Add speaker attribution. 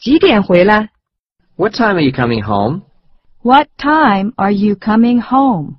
Speaker 1: 几点回来
Speaker 2: What time are you coming home?
Speaker 3: What time are you coming home?